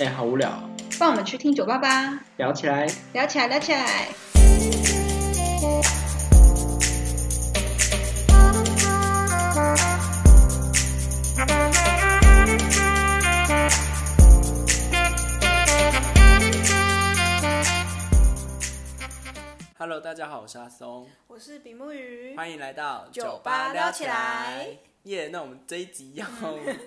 哎、好无聊哦，帮我们去听九八八，聊起来。聊起来，聊起来。 Hello，大家好，我是阿松，我是比目鱼，欢迎来到酒吧撩起来。耶那我们这一集 要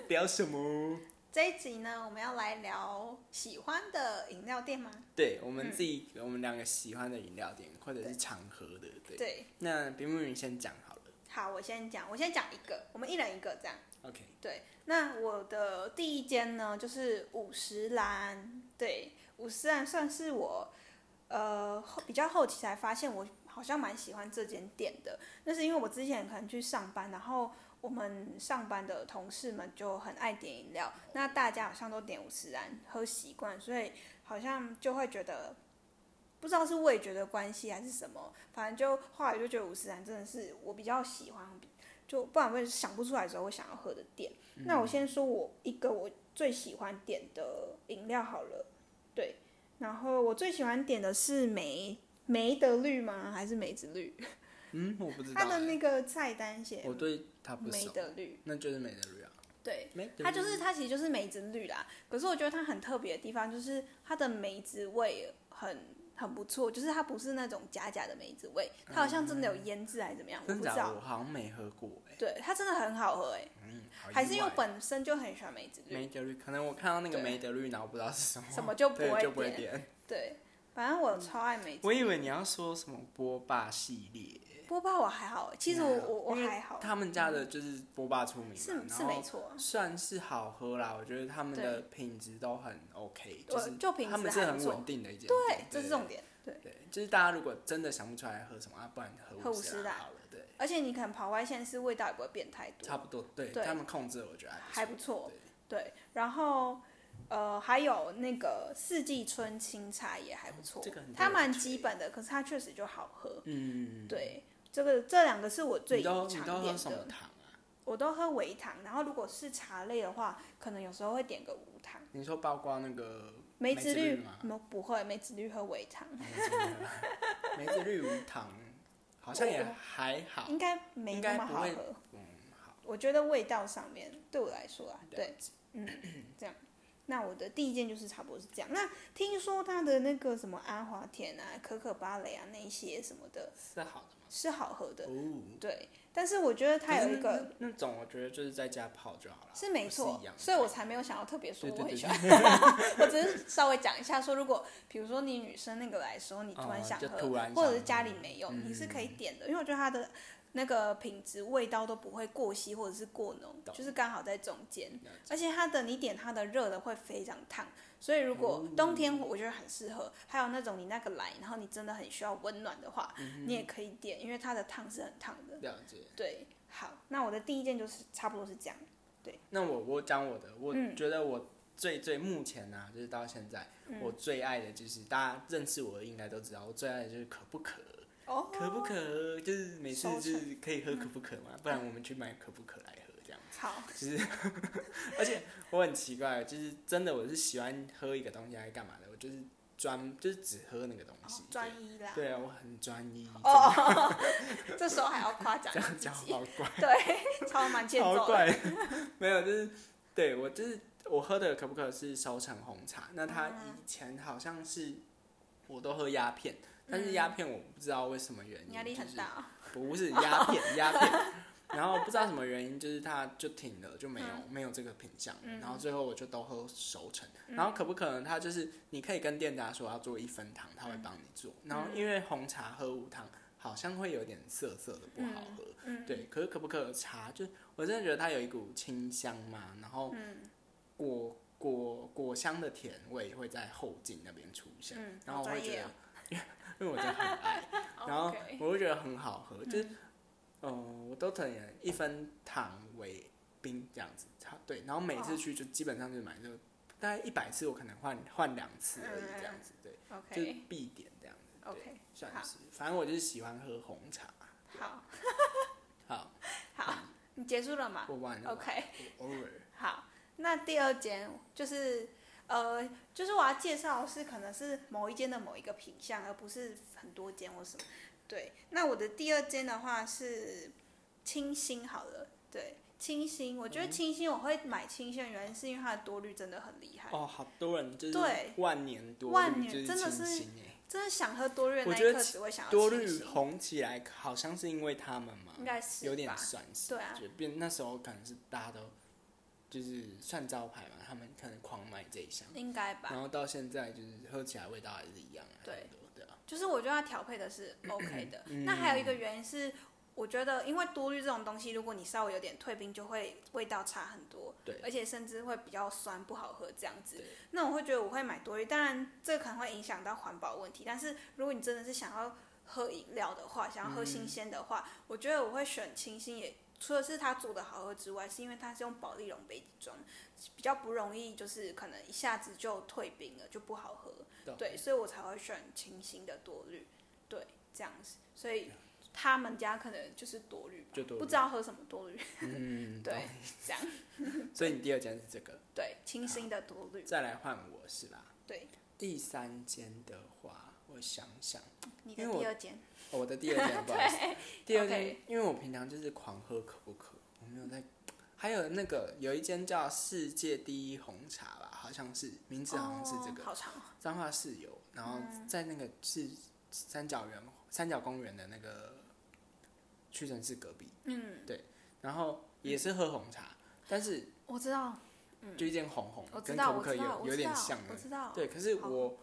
聊什么？这一集呢，我们要来聊喜欢的饮料店吗？对我嗯们自己，我们两个喜欢的饮料店或者是场合的，对。对，那比目鱼先讲好了好，我先讲，我先讲一个，我们一人一个这样。 ，OK。对，那我的第一间呢，就是五十岚。对，五十岚算是我呃后比较后期才发现，我好像蛮喜欢这间店的。那是因为我之前可能去上班，然后我们上班的同事们就很爱点饮料，那大家好像都点五十岚喝习惯，所以好像就会觉得。不知道是味觉的关系还是什么，反正就后来就觉得五十岚真的是我比较喜欢，就不然我也想不出来的时候我想要喝的店。嗯那我先说我一个我最喜欢点的饮料好了，对，然后我最喜欢点的是梅梅的绿吗？还是梅子绿？嗯，我不知道它的欸，那个菜单写我对它不梅熟，的绿，那就是美德绿啊，对，美德它就绿是它其实就是梅子绿啦。可是我觉得它很特别的地方就是它的梅子味很。很不错，就是它不是那种假假的梅子味，它好像真的有腌制还是怎么样，我嗯真不知假的？道我。好像没喝过哎、对，它真的很好喝哎、嗯，好意还是因为外我本身就很喜欢梅子绿。美德绿，可能我看到那个对美德绿，然后不知道是什么，什么就不对会就不会点点。对，反正我超爱梅子。我以为你要说什么波霸系列，波霸我还好，哎其实我我我啊因为还好，嗯他们家的就是波霸出名嘛，是然是后没错。算是好喝啦，我觉得他们的品质都很 OK，我是就品质他们是还很不错稳定的一件，对，这是重。点。对，对，就是大家如果真的想不出来喝什么，啊，不然喝喝五五十十啦啦好了，对，而且你可能跑外线是味道也不会变太差多，不多，对对他们控制，我觉得还不不错。错对。对，然后呃还有那个四季春青茶也还不错这个很，它多人蛮推基本的，可是它确实就好喝。嗯，对，这个这两个是我最你都常你都喝点什么的。糖啊？我都喝微糖，然后如果是茶类的话，可能有时候会点个无糖。你说包括那个梅子子绿吗？没不会，梅子绿喝微糖，梅子绿无糖，好像也还好应。该没应那该么不好会喝。嗯，好，我觉得味道上面对我来说啊，了对，嗯，这样。那我的第一件就是差不多是这样。那听说它的那个什么阿华田啊、可可芭蕾啊那一些什么的，是好的吗？是好喝的，哦，对。但是我觉得它可有是一个那那种，我觉得就是在家泡就好了，是嗯没不错一样，的所以我才没有想要特别说对我对很对喜欢。我只是稍微讲一下说，如果比如说你女生那个来的时候，你突然想哦喝，就突然想喝嗯或者是家里没有，你是可以点的，因为我觉得它的那个品质、味道都不会过稀或者是过浓，懂就是刚好在中间了。而且它的你点它的热的会非常烫，所以如果哦冬天我觉得很适合。还有那种你那个来，然后你真的很需要温暖的话，嗯你也可以点，因为它的烫是很烫的。 了解。对，好，那我的第一件就是差不多是这样。那我我讲我的，我嗯觉得我最最目前呢、啊，就是到现在、嗯我最爱的就是大家认识我的应该都知道，我最爱的就是可不可，哦，可不可就是每次收就是可以喝可不可嘛，不然我们去买可不可来喝这样。好，就是，而且我很奇怪，就是真的我是喜欢喝一个东西还是干嘛的，我就是专就是只喝那个东西。对哦专一啦。对啊，我很专一。哦， 这时候还要夸奖这样自讲己，好怪，对， 超满欠好揍的。怪。 没有，就是对我就是我喝的可不可是熟成红茶，那它嗯以前好像是我都喝鸦片，但是鸦片我不知道为什么原因，压力很大、哦，不是鸦 片，鸦片。然后不知道什么原因，就是它就停了，就没有、嗯没有这个品相了。然后最后我就都喝熟成。嗯然后可不可能它就是你可以跟店家说要做一分糖，嗯他会帮你做。然后因为红茶喝无糖好像会有点涩涩的，不好喝。嗯，对，可是可不可茶，就我真的觉得它有一股清香嘛，然后嗯果果果香的甜味会在后劲那边出现，嗯然后我好会专觉业哦得， 因为我真的很爱， 然后 OK 我会觉得很好喝，就是，嗯、我都可能一分糖为冰这样子，它对，然后每次哦去就基本上就买就大概一百次，我可能换换两次而已这样嗯子，对，就是 OK 必点这样子，对， OK，算好是，反正我就是喜欢喝红茶，好好，好，你结束了嘛我完了？OK，我偶尔。好，那第二间就是呃，就是我要介绍的是可能是某一间的某一个品相，而不是很多间或什么。对，那我的第二间的话是清新好了，对，清新，我觉嗯得清新我会买清新的原因是因为它的多绿真的很厉害，哦，好多人就是对万年多万绿年就是真的清是新耶真的想喝多绿的我那觉一得刻清只会想要多清绿新红起来，好像是因为他们嘛，应该是有点吧算是，对啊就变那时候可能是大家都就是算招牌嘛，他们可能狂买这一项，应该吧，然后到现在就是喝起来味道还是一样，对差不多，对啊，就是我觉得它调配 的是 OK 的。嗯那还有一个原因是，我觉得因为多绿这种东西，如果你稍微有点退冰，就会味道差很多，对而且甚至会比较酸，不好喝这样子对。那我会觉得我会买多绿，当然这可能会影响到环保问题，但是如果你真的是想要喝饮料的话，想要喝新鲜的话，嗯我觉得我会选清新也。除了是它做的好喝之外，是因为它是用保丽龙杯子装，比较不容易，就是可能一下子就退冰了，就不好喝。懂对，所以我才会选清新的多绿，对，这样子，所以他们家可能就是多绿吧，就多不绿知道喝什么多绿，嗯，对，这样，懂，所以你第二间是这个，对，清新的多绿，再来换我是吧？对，第三间的话，我想想，你因的为我第二间，哦我的第二间，不好 意思，第二间 OK，因为我平常就是狂喝可不可，我没有在。还有那个有一间叫世界第一红茶吧，好像是名字好像是这哦个，好长哦，彰化市有，然后在那个是三角园三角公园的那个屈臣氏隔壁，嗯，然后也是喝红茶，但是我知道，就一件红红我的，知跟道，可不我可知以道，有嗯我有知点道像，我的，知道，对，可是好我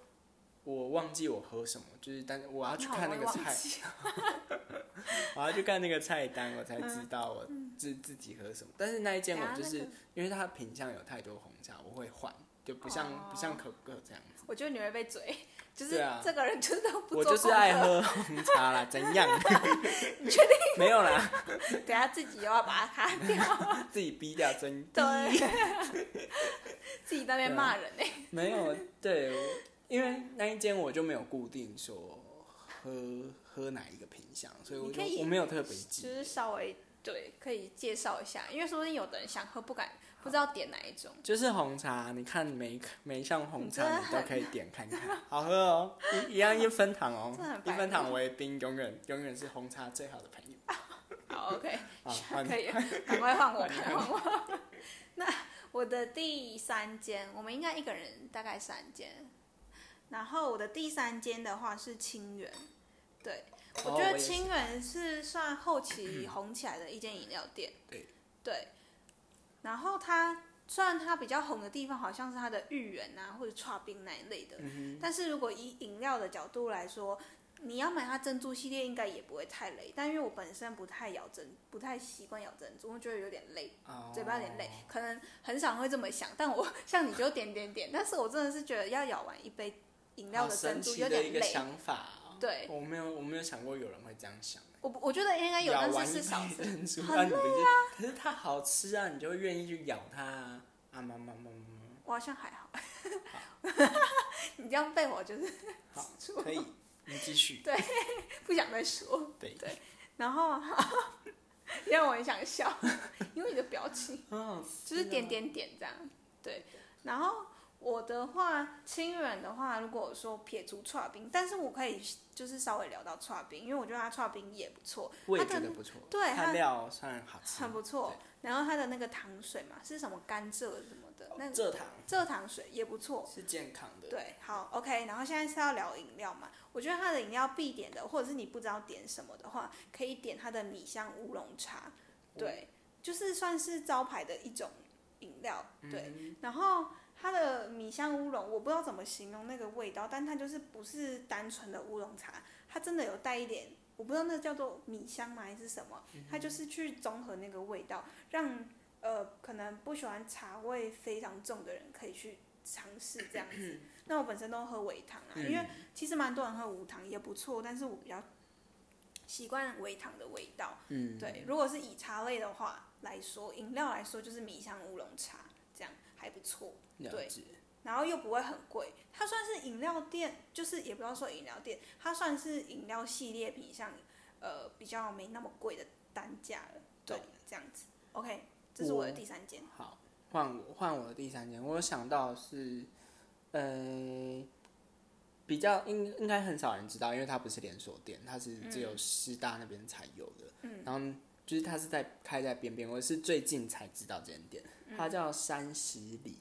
我忘记我喝什么，就是但是我要你啊去好看那容个易忘菜，记我要去看啊那个菜单，我才知道我自自己喝什么。但是那一间嗯等我下就那是个因为它品相有太多红茶，我会换，就不哦像不像可不可这样子。 我觉得你会被嘴，就是 对啊这个人就是都 不我做就是功爱课，喝红茶啦，怎样？ 没有啦， 等下自己又要把它卡 掉，自己逼掉真对，自己在那边对啊骂人欸呢， 没有对，我因为那一间我就没有固定说喝喝哪一个品相，所以我你就可以我没有特别就记，是稍微对可以介绍一下，因为说不定有的人想喝不敢，不知道点哪一种。就是红茶，你看每一个每一项红你真茶的你都可以点看看，好喝哦，一一样一分糖哦真的很，一白分目糖为冰，永远永远是红茶最好的朋友。好，OK， 啊，换可以，赶快换我，赶快换我。 那我的第三间，我们应该一个人大概三间。然后我的第三间的话是清源，对，我哦觉我得也是清源是算后期红起来的一间饮料店。对对，然后它虽然它比较红的地方好像是它的芋圆啊或者刨冰那一类的，嗯但是如果以饮料的角度来说，你要买它珍珠系列应该也不会太累，但因为我本身不太咬珍，不太习惯咬珍珠，我觉得有点累，哼，哦嘴巴有点累，可能很少会这么想。但我像你就点点点，但是我真的是觉得要咬完一杯饮料好的神珍珠奇有的一点个累。想法哦，对我没有我没有想过有人会这样想。我不我觉得应该有，咬但完是一是少杯数。珍珠，啊很那啊你不就可是它好吃啊，你就会愿意去咬它啊！啊妈妈妈妈，我好像还好， 你这样被我就是好，可以，你继续。不想再说。对，然后 让我很想笑，因为你的表情。很好吃就是点点点这样。对，然后我的话，清远的话，如果说撇除串冰，但是我可以就是稍微聊到串冰，因为我觉得它串冰也不错，我也它觉的得不错。对它它料算好吃，很不错。然后它的那个糖水嘛，是什么甘蔗什么的，那对。个哦蔗糖蔗糖水也不错。是健康的，对，好，OK。然后现在是要聊饮料嘛？我觉得它的饮料必点的，或者是你不知道点什么的话，可以点它的米香乌龙茶。哦对，就是算是招牌的一种饮料。嗯对，然后它的米香乌龙，我不知道怎么形容那个味道，但它就是不是单纯的乌龙茶，它真的有带一点，我不知道那叫做米香吗还是什么，它就是去综合那个味道，让呃可能不喜欢茶味非常重的人可以去尝试这样子。那我本身都喝微糖啊，嗯因为其实蛮多人喝无糖也不错，但是我比较习惯微糖的味道。嗯，对，如果是以茶类的话来说，饮料来说就是米香乌龙茶，这样还不错，嗯了对解。然后又不会很贵。它算是饮料店，就是也不要说饮料店，它算是饮料系列品相，呃，比较没那么贵的单价了。对懂，这样子，OK，这是我的我第三间。好，换我换我的第三间，我有想到的是呃，比较应应该很少人知道，因为它不是连锁店，它是嗯只有师大那边才有的。嗯，然后就是它是在开在边边，我是最近才知道这间店，嗯它叫山十里。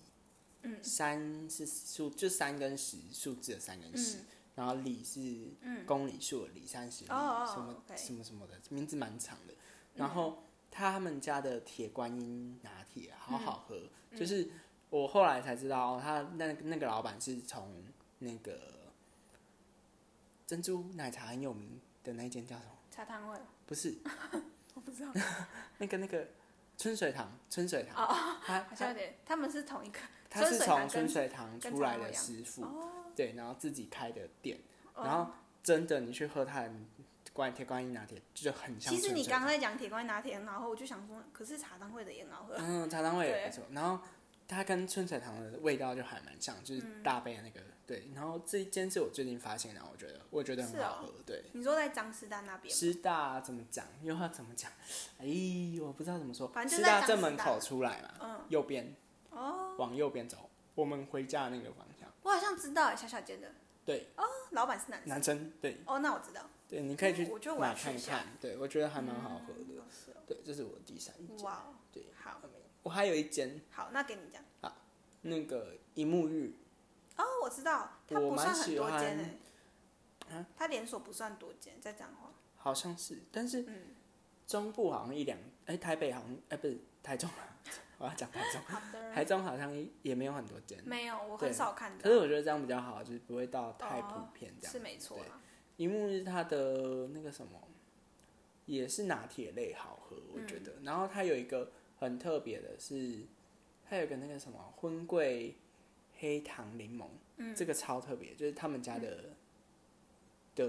嗯，山是数，就三跟十数字的三嗯跟十，然后里是公里数的里，三十里哦哦什么 OK 什么什么的，名字蛮长的。然后他们家的铁观音拿铁好好喝，嗯就是我后来才知道，哦、他那那个老板是从那个珍珠奶茶很有名的那一间叫什么？茶汤会，不 是我不 知道，那个那个春水堂，春水堂，他 好像他有点，他们是同一个，他是春水从堂春跟水堂跟出来茶楼的一样师傅，哦，对，然后自己开的店，哦然后真的你去喝他的关铁观音拿铁，就很像春其水堂。实你刚刚在讲铁观音拿铁很好喝，我就想说，可是茶汤会的也很好喝，嗯，茶汤味也对不错。然后它跟春水堂的味道就还蛮像，就是嗯大杯的那个、对。然后这一间是我最近发现的，我觉得我觉得很是哦好喝。对，你说在张师大那边吗，师大怎么讲？又要怎么讲？哎，我不知道怎么说。反正师就在大讲正师门大口出来嘛，嗯，右边哦，往右边走，我们回家的那个方向。我好像知道小小间的，对， 哦老板是男生，男生对哦，那我知道，对，你可以去我觉得我要买去看一一下看。对，我觉得还蛮好喝的。哦是哦对，这是我第三间。哇哦，对，好，我还有一间好，那给你讲，那个一沐浴，哦，我知道，它我不蛮算很喜多间欢啊诶、它连锁不算多间，在彰化，好像是，但是嗯，中部好像一两，哎、台北好像，哎、不是台中，我要讲台中，好的，台中好像也没有很多间，嗯没有，我对很少看可是到，我觉得这样比较好，就是不会到太普遍这样。是没错啊啦，一幕是它的那个什么，也是拿铁类好喝，我觉得。嗯然后它有一个很特别的是，它有一个那个什么荤桂黑糖柠檬，嗯这个超特别，就是他们家的、的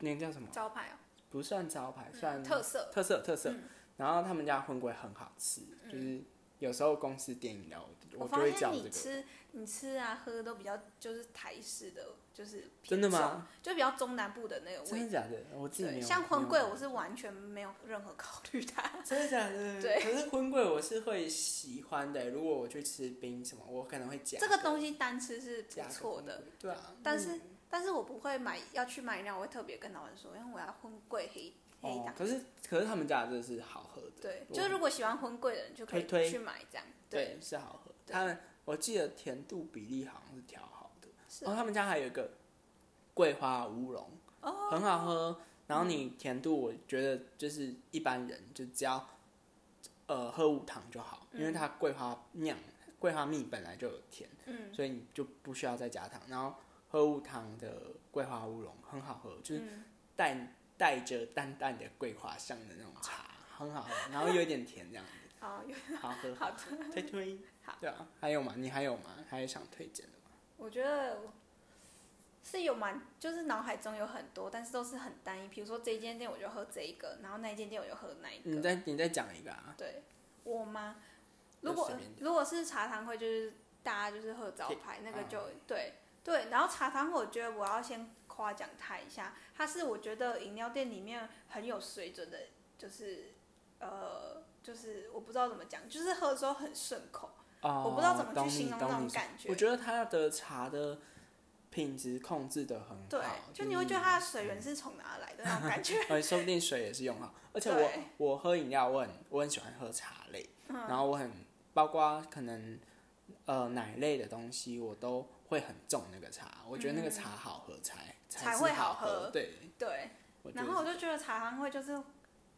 那个叫什么，招牌哦，不算招牌，嗯算特色，特色特色。嗯然后他们家的荤桂很好吃，就是有时候公司点饮料，我就发会现叫这你个。吃你吃啊喝都比较就是台式的，就是真偏的重？吗？就比较中南部的那个真的味道。假的？我自己没对，有。像荤桂没有我是完全没有任何考虑它。 真的假的？对可是荤桂我是会喜欢的。如果我去吃冰什么，我可能会加这个东西西单吃是不加个错的荤，桂。对啊，但是但是我不会买要去买饮料，我会特别跟老板说，因为我要荤桂黑黑哦糖，。可是可是他们家的真的是好喝的，对，我就如果喜欢荤桂的人就可以推推去买这样。对，是好喝。对他们我记得甜度比例好像是调好的，是然后他们家还有一个桂花乌龙，哦很好喝。然后你甜度，我觉得就是一般人就只要呃喝无糖就好，因为它桂花酿、桂花蜜本来就有甜，嗯所以你就不需要再加糖。然后喝无糖的桂花乌龙很好喝，就是嗯，带带着淡淡的桂花香的那种茶，很好喝，然后有一点甜这样子，好，好喝。哦好的，推推好，对啊，还有吗？你还有吗？还有想推荐的吗？我觉得我是有蛮，就是脑海中有很多，但是都是很单一。比如说这一间店我就喝这一个，然后那一间店我就喝那一你个。再你再讲一个啊，对，我吗？就如果随便点如果是茶堂会，就是大家就是喝招牌那个就、对对。然后茶堂会，我觉得我要先夸奖他一下，他是我觉得饮料店里面很有水准的，就是呃，就是我不知道怎么讲，就是喝的时候很顺口，哦，我不知道怎么懂去你形容那懂种你感觉我。觉得它的茶的品质控制的很好，嗯对，就你会觉得它的水源是从哪来的那种感觉。而且呃说不定水也是用好。 而且我对嗯我喝饮料，我很我很喜欢喝茶类，然后我很包括可能呃奶类的东西，我都会很重那个茶。我觉得那个茶好喝才嗯才是会好好喝对，对，我觉然后得我就觉得茶汤会就是，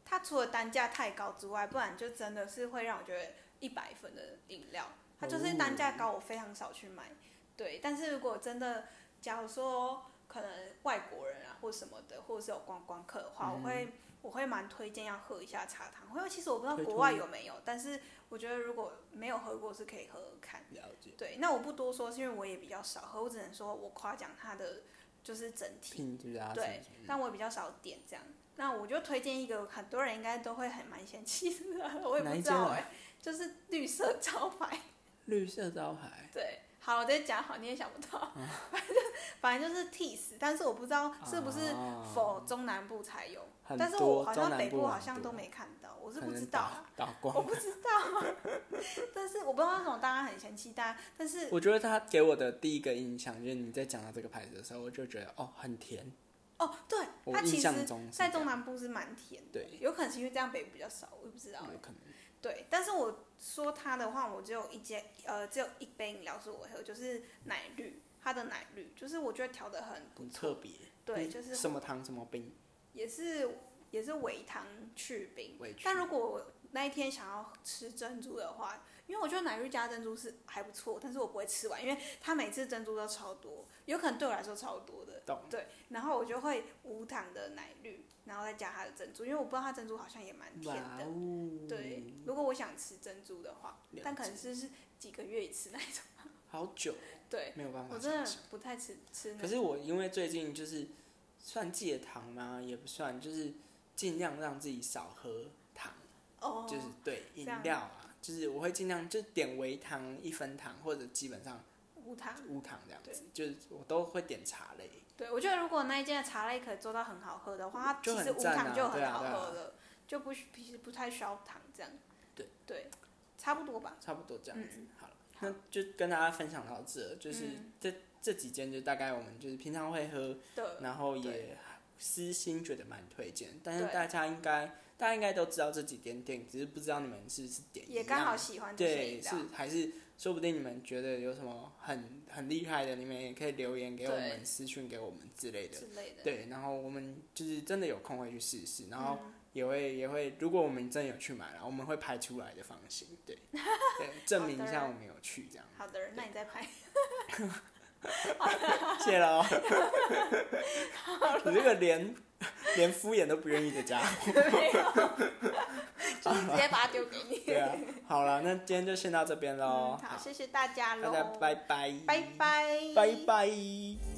它除了单价太高之外，不然就真的是会让我觉得一百分的饮料，它就是单价哦高，我非常少去买。对，但是如果真的，假如说可能外国人啊或什么的，或者是有观光客的话，我会我会蛮推荐要喝一下茶汤。因为其实我不知道嗯推国外推有没有，但是我觉得如果没有喝过是可以喝喝看。了解对，那我不多说，是因为我也比较少喝，我只能说我夸奖它的就是整体品质啊，对，但我比较少点这样。那我就推荐一个很多人应该都会很蛮嫌弃的，我也 哪不一知间哎道啊哎、就是绿色招牌， 绿色招牌对，好，我再讲好，你也想不到，啊 反正反正就是 Tees，但是我不知道是不是啊否中南部才有，很但是多我好中像南北部部很好像多都没看到，我是可不能知道倒啊，倒光我不知道啊，但是我不知道那种大家很嫌弃，但但是我觉得他给我的第一个印象就是你在讲到这个牌子的时候，我就觉得哦，很甜。哦，对，我它印其实象中是在这中样南部是蛮甜的，对，有可能是因为这样北部比较少，我也不知道欸。有可能对，但是我说它的话，我只有一间，呃，只有一杯饮料是我喝，就是奶绿，它的奶绿，就是我觉得调的很不很错，特别。对，嗯就是什么糖什么冰，也是也是微糖去冰。委屈但如果我那一天想要吃珍珠的话，因为我觉得奶绿加珍珠是还不错，但是我不会吃完，因为它每次珍珠都超多，有可能对我来说超多的。懂对，然后我就会无糖的奶绿，然后再加它的珍珠，因为我不知道它珍珠好像也蛮甜哇的。哦，对，如果我想吃珍珠的话了，但可能是是几个月一次那一种。好久对，没有办法我真想的象。不太吃吃那可个。是我因为最近就是算戒糖吗？也不算，就是尽量让自己少喝糖，哦，就是对饮这样料啊，就是我会尽量就点微糖、一分糖或者基本上无糖。无糖这样子，就是我都会点茶类。对，我觉得如果那一间的茶类可以做到很好喝的话，它就其很实无赞啊糖就对很啊好对啊喝了，就不需其实不太需要糖这样。对对，差不多吧。差不多这样子。嗯好了，那就跟大家分享到这，就是嗯这、这几间，就大概我们就是平常会喝，对，然后也对私心觉得蛮推荐，但是对大家应该大家应该都知道这几间店，只是不知道你们是不是点也一样刚好喜欢这些对饮是料。还是说不定你们觉得有什么很很厉害的，你们也可以留言给我对们，私讯给我们之类的。之类的。对，然后我们就是真的有空会去试试，然后嗯也会也会，如果我们真的有去买了，我们会拍出来的放心，对对，证明一下我们有去这样，好的，那你再 拍。谢喽。 你这个连连敷衍都不愿意的家伙，没有，就是直接把它丢给你。对啊，好了，那今天就先到这边喽嗯嗯，，好，谢谢大家大喽，家拜拜，拜拜，拜拜。